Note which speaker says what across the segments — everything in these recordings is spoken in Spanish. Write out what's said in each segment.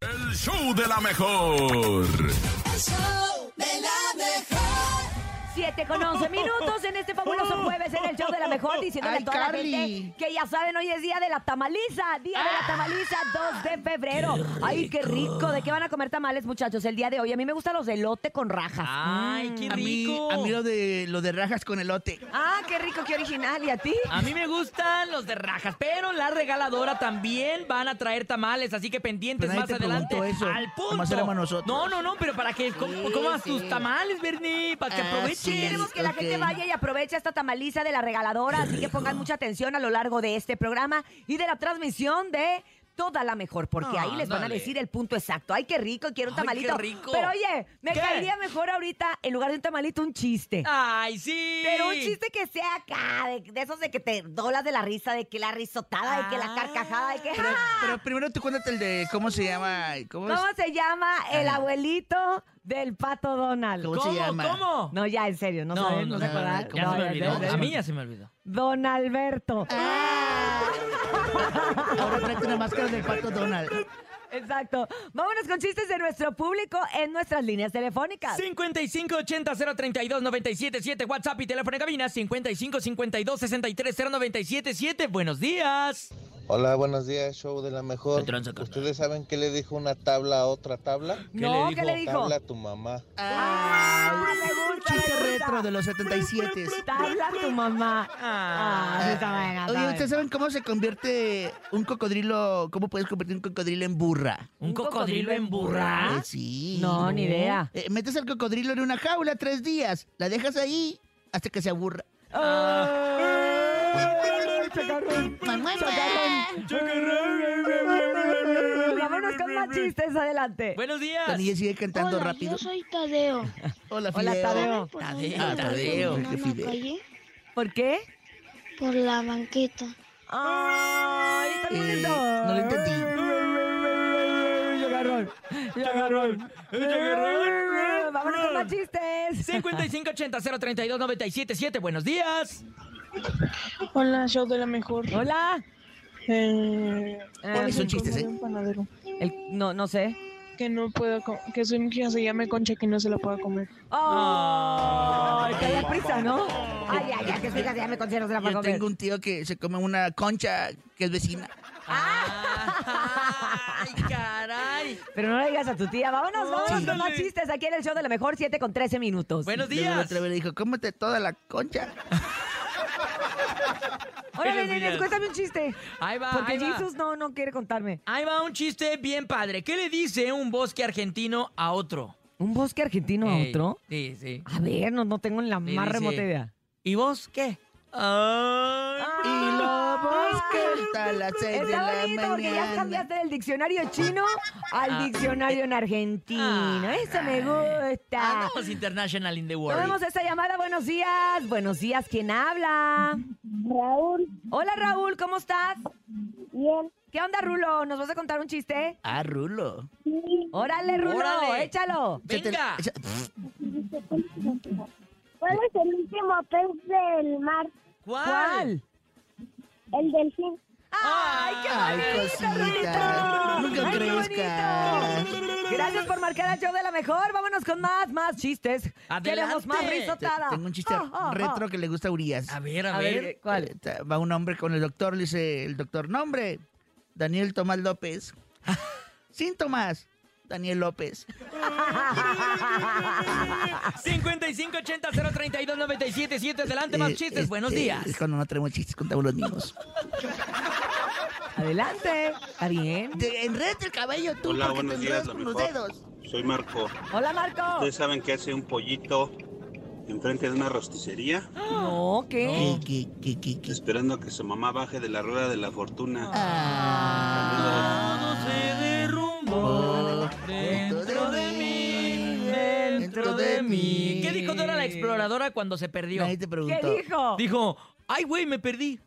Speaker 1: El show de la mejor.
Speaker 2: El show de la mejor.
Speaker 3: 7 con 11 minutos en este fabuloso jueves en el show de la mejor, diciéndole
Speaker 4: Ay,
Speaker 3: a toda
Speaker 4: Carly.
Speaker 3: la gente que ya saben, hoy es día de la tamaliza, día de la tamaliza
Speaker 4: Ah,
Speaker 3: 2 de febrero. Ay, qué rico, ¿de qué van a comer tamales, muchachos? El día de hoy, a mí me gustan los de elote con rajas.
Speaker 4: Ah.
Speaker 5: Ay, qué
Speaker 4: A mí,
Speaker 5: rico.
Speaker 4: a mí lo de lo de rajas con elote.
Speaker 3: Ah, qué rico, qué original, ¿y a ti?
Speaker 5: A mí me gustan los de rajas, pero la regaladora también van a traer tamales, así que pendientes
Speaker 4: Pero nadie
Speaker 5: más
Speaker 4: te
Speaker 5: adelante.
Speaker 4: preguntó eso,
Speaker 5: Al punto.
Speaker 4: nomás éramos nosotros.
Speaker 5: No, no, no, pero para que com-
Speaker 4: Sí,
Speaker 5: comas
Speaker 4: sí.
Speaker 5: tus tamales, Bernie, para que
Speaker 4: Ah,
Speaker 5: aproveches.
Speaker 4: sí.
Speaker 3: Queremos que la
Speaker 4: ok.
Speaker 3: gente vaya y aproveche esta tamaliza de la regaladora, así que pongan mucha atención a lo largo de este programa y de la transmisión de toda la mejor, porque
Speaker 5: Ah,
Speaker 3: ahí les van a
Speaker 5: ándale.
Speaker 3: decir el punto exacto. Ay, qué rico, quiero un
Speaker 5: Ay, qué
Speaker 3: tamalito.
Speaker 5: rico.
Speaker 3: Pero oye, me
Speaker 5: ¿Qué?
Speaker 3: caería mejor ahorita, en lugar de un tamalito, un chiste.
Speaker 5: Ay, sí.
Speaker 3: Pero un chiste que sea acá, de, de esos de que te doblas de la risa, de que la risotada, de que la
Speaker 5: Ah,
Speaker 3: carcajada, de que...
Speaker 4: Pero,
Speaker 3: ¡ah!
Speaker 4: pero primero tú cuéntate el de cómo se llama. ¿Cómo, es?
Speaker 3: ¿Cómo se llama el abuelito del pato Donald?
Speaker 4: ¿Cómo
Speaker 5: ¿Cómo,
Speaker 4: se llama?
Speaker 5: ¿Cómo?
Speaker 3: No, ya, en serio, no,
Speaker 5: No,
Speaker 3: saben, no,
Speaker 5: no,
Speaker 3: se
Speaker 4: no, no,
Speaker 3: acuerdan.
Speaker 5: Ya se me
Speaker 3: No,
Speaker 5: olvidó.
Speaker 3: ya, ya,
Speaker 5: A
Speaker 3: ya.
Speaker 5: mí ya se me olvidó.
Speaker 3: Don Alberto. Ah.
Speaker 4: Ahora tráete una máscara del pato Donald.
Speaker 3: Exacto. Vámonos con chistes de nuestro público en nuestras líneas telefónicas.
Speaker 5: 5580-032-977, WhatsApp y teléfono de cabina 5552-630977. Buenos días.
Speaker 6: Hola, buenos días, show de la mejor.
Speaker 5: ¿Qué tranza, carnal?
Speaker 6: ¿Ustedes saben qué le dijo una tabla a otra tabla?
Speaker 3: no, ¿qué le dijo?
Speaker 6: Tabla a tu mamá.
Speaker 3: Ah,
Speaker 4: Ay,
Speaker 3: me gusta,
Speaker 4: chiste
Speaker 3: me gusta.
Speaker 4: retro de los 77.
Speaker 3: Tabla tu mamá. Ah, sí está buena, está
Speaker 4: Oye,
Speaker 3: buena.
Speaker 4: ¿ustedes saben cómo se convierte un cocodrilo? ¿Cómo puedes convertir un cocodrilo en burra?
Speaker 5: ¿Un, cocodrilo en
Speaker 4: Eh,
Speaker 5: burra?
Speaker 4: sí.
Speaker 3: No, ni idea.
Speaker 4: Eh, metes al cocodrilo en una jaula tres días, la dejas ahí hasta que se aburra.
Speaker 3: Ay, Ah. chacarrón. Chacarrón. Vámonos con más chistes, adelante.
Speaker 5: Buenos días.
Speaker 4: También sigue cantando
Speaker 7: Hola,
Speaker 4: rápido.
Speaker 7: Yo soy pues, Tadeo.
Speaker 4: Hola,
Speaker 3: Hola,
Speaker 4: Fideo.
Speaker 7: ¿Saben
Speaker 3: Tadeo.
Speaker 7: por
Speaker 5: Tadeo,
Speaker 7: dónde
Speaker 4: ah,
Speaker 7: entré
Speaker 4: Tadeo,
Speaker 7: caminando a
Speaker 4: qué
Speaker 7: la
Speaker 4: fideo.
Speaker 7: calle?
Speaker 3: ¿Por qué?
Speaker 7: Por la banqueta.
Speaker 3: Ay, está
Speaker 4: Eh,
Speaker 3: bonito.
Speaker 4: no lo entendí.
Speaker 3: Chacarrón. Chacarrón. Chacarrón. Vámonos con más chistes.
Speaker 5: 5580-032-977. Buenos días.
Speaker 8: Hola, show de la mejor.
Speaker 3: Hola.
Speaker 8: Eh,
Speaker 3: Ah,
Speaker 4: son chistes,
Speaker 8: como
Speaker 4: ¿eh?
Speaker 8: de un panadero
Speaker 3: el- no, no sé.
Speaker 8: que no puedo, co- que su hija se llame Concha que no se la pueda comer.
Speaker 3: ¡Ay! Que haya prisa, ¿no? Ay, ay, ay, que su hija ya me considero se la
Speaker 4: Yo
Speaker 3: puede comer.
Speaker 4: tengo un tío que se come una concha que es vecina.
Speaker 5: Ay, caray.
Speaker 3: Pero no le digas a tu tía. Vámonos, vámonos con más
Speaker 5: Ándale.
Speaker 3: chistes aquí en el show de la mejor 7 con 13 minutos.
Speaker 5: Buenos
Speaker 4: Luego la
Speaker 5: días.
Speaker 4: otra vez le dijo, cómete toda la concha.
Speaker 3: Órale,
Speaker 5: buenos
Speaker 3: niñas,
Speaker 5: días.
Speaker 3: cuéntame un chiste.
Speaker 5: Ahí va,
Speaker 3: Porque
Speaker 5: ahí va.
Speaker 3: Jesus no, no quiere contarme.
Speaker 5: Ahí va un chiste bien padre. ¿Qué le dice un bosque argentino a otro?
Speaker 3: ¿Un bosque argentino a
Speaker 5: Ey,
Speaker 3: otro?
Speaker 5: Sí, sí.
Speaker 3: A ver, no, no tengo ni la
Speaker 5: Le
Speaker 3: más
Speaker 5: dice,
Speaker 3: remota idea.
Speaker 5: ¿Y vos qué? Ah, Ay,
Speaker 4: Y lo busqué hasta las seis de
Speaker 3: Ah, Está
Speaker 4: la
Speaker 3: bonito porque ya
Speaker 4: mañana.
Speaker 3: cambiaste del diccionario chino al
Speaker 5: Ah.
Speaker 3: diccionario en argentino.
Speaker 5: Ah,
Speaker 3: Eso me
Speaker 5: caray.
Speaker 3: gusta.
Speaker 5: Andamos international in the
Speaker 3: Tomemos
Speaker 5: world.
Speaker 3: esta llamada. Buenos días. Buenos días. ¿Quién habla?
Speaker 9: Raúl,
Speaker 3: Hola, Raúl. ¿Cómo estás?
Speaker 9: bien,
Speaker 3: ¿Qué onda, Rulo? ¿Nos vas a contar un chiste?
Speaker 4: Ah, Rulo.
Speaker 9: sí.
Speaker 3: Órale, Rulo.
Speaker 5: Órale.
Speaker 3: Échalo.
Speaker 4: Échate-
Speaker 5: Venga.
Speaker 4: echa-
Speaker 9: ¿Cuál es el último pez del mar?
Speaker 3: ¿Cuál?
Speaker 9: El delfín.
Speaker 3: ¡Ay, qué
Speaker 4: Ay,
Speaker 3: bonito,
Speaker 4: cosita.
Speaker 3: Rulito!
Speaker 4: Nunca
Speaker 3: ¡Ay, qué
Speaker 4: crezcas.
Speaker 3: bonito! Gracias por marcar al show de la mejor. Vámonos con más, más chistes.
Speaker 5: Adelante.
Speaker 3: Queremos más
Speaker 4: Te-
Speaker 3: risotada.
Speaker 4: Tengo un chiste
Speaker 3: Ah, ah, ah.
Speaker 4: retro que le gusta a Urias.
Speaker 5: A ver, a,
Speaker 3: A
Speaker 5: ver.
Speaker 3: ver, ¿cuál?
Speaker 4: Eh, Va un hombre con el doctor, le dice el doctor, nombre, Daniel Tomás López. Síntomas, Daniel López.
Speaker 5: 5580-032-977. Adelante, más
Speaker 4: Eh,
Speaker 5: chistes.
Speaker 4: este,
Speaker 5: Buenos días.
Speaker 4: es Cuando no traemos chistes, contamos los mismos.
Speaker 3: Adelante. ¿Está bien?
Speaker 4: Te- Enrédate el cabello tú,
Speaker 10: Hola,
Speaker 4: porque
Speaker 10: buenos
Speaker 4: te
Speaker 10: días,
Speaker 4: enredas
Speaker 10: la
Speaker 4: con los
Speaker 10: mejor.
Speaker 4: dedos.
Speaker 10: Soy Marco.
Speaker 3: Hola, Marco.
Speaker 10: ¿Ustedes saben qué hace un pollito enfrente de una rosticería?
Speaker 3: No, ¿qué?
Speaker 10: Oh.
Speaker 4: Eh, que- que- que- que-
Speaker 10: Esperando a que su mamá baje de la rueda de la fortuna.
Speaker 3: Ah,
Speaker 5: Todo se derrumbó Oh, dentro de mí, dentro de mí. ¿Qué dijo Dora la exploradora cuando se perdió?
Speaker 4: Nadie te
Speaker 3: ¿Qué
Speaker 4: preguntó.
Speaker 3: dijo?
Speaker 5: Dijo, ay, güey, me perdí.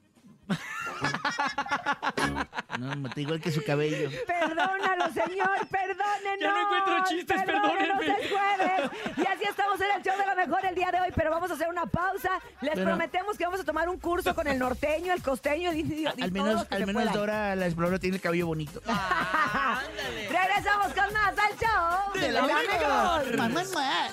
Speaker 4: No, me te igual que su cabello.
Speaker 3: Perdónalo, señor, perdónenos.
Speaker 5: Ya no encuentro chistes,
Speaker 3: Perdónenos,
Speaker 5: perdónenme.
Speaker 3: es jueves. Y así estamos en el show de la mejor el día de hoy, pero pero vamos a hacer una pausa. Les
Speaker 4: Pero-
Speaker 3: prometemos que vamos a tomar un curso con el norteño, el costeño, el indio. y
Speaker 4: Al
Speaker 3: todos
Speaker 4: menos,
Speaker 3: los que
Speaker 4: al
Speaker 3: se Ah,
Speaker 4: menos
Speaker 3: puedan.
Speaker 4: Dora la exploradora tiene el cabello bonito.
Speaker 3: Regresamos con más al show
Speaker 5: De la mejor.
Speaker 4: Mamá, mamá.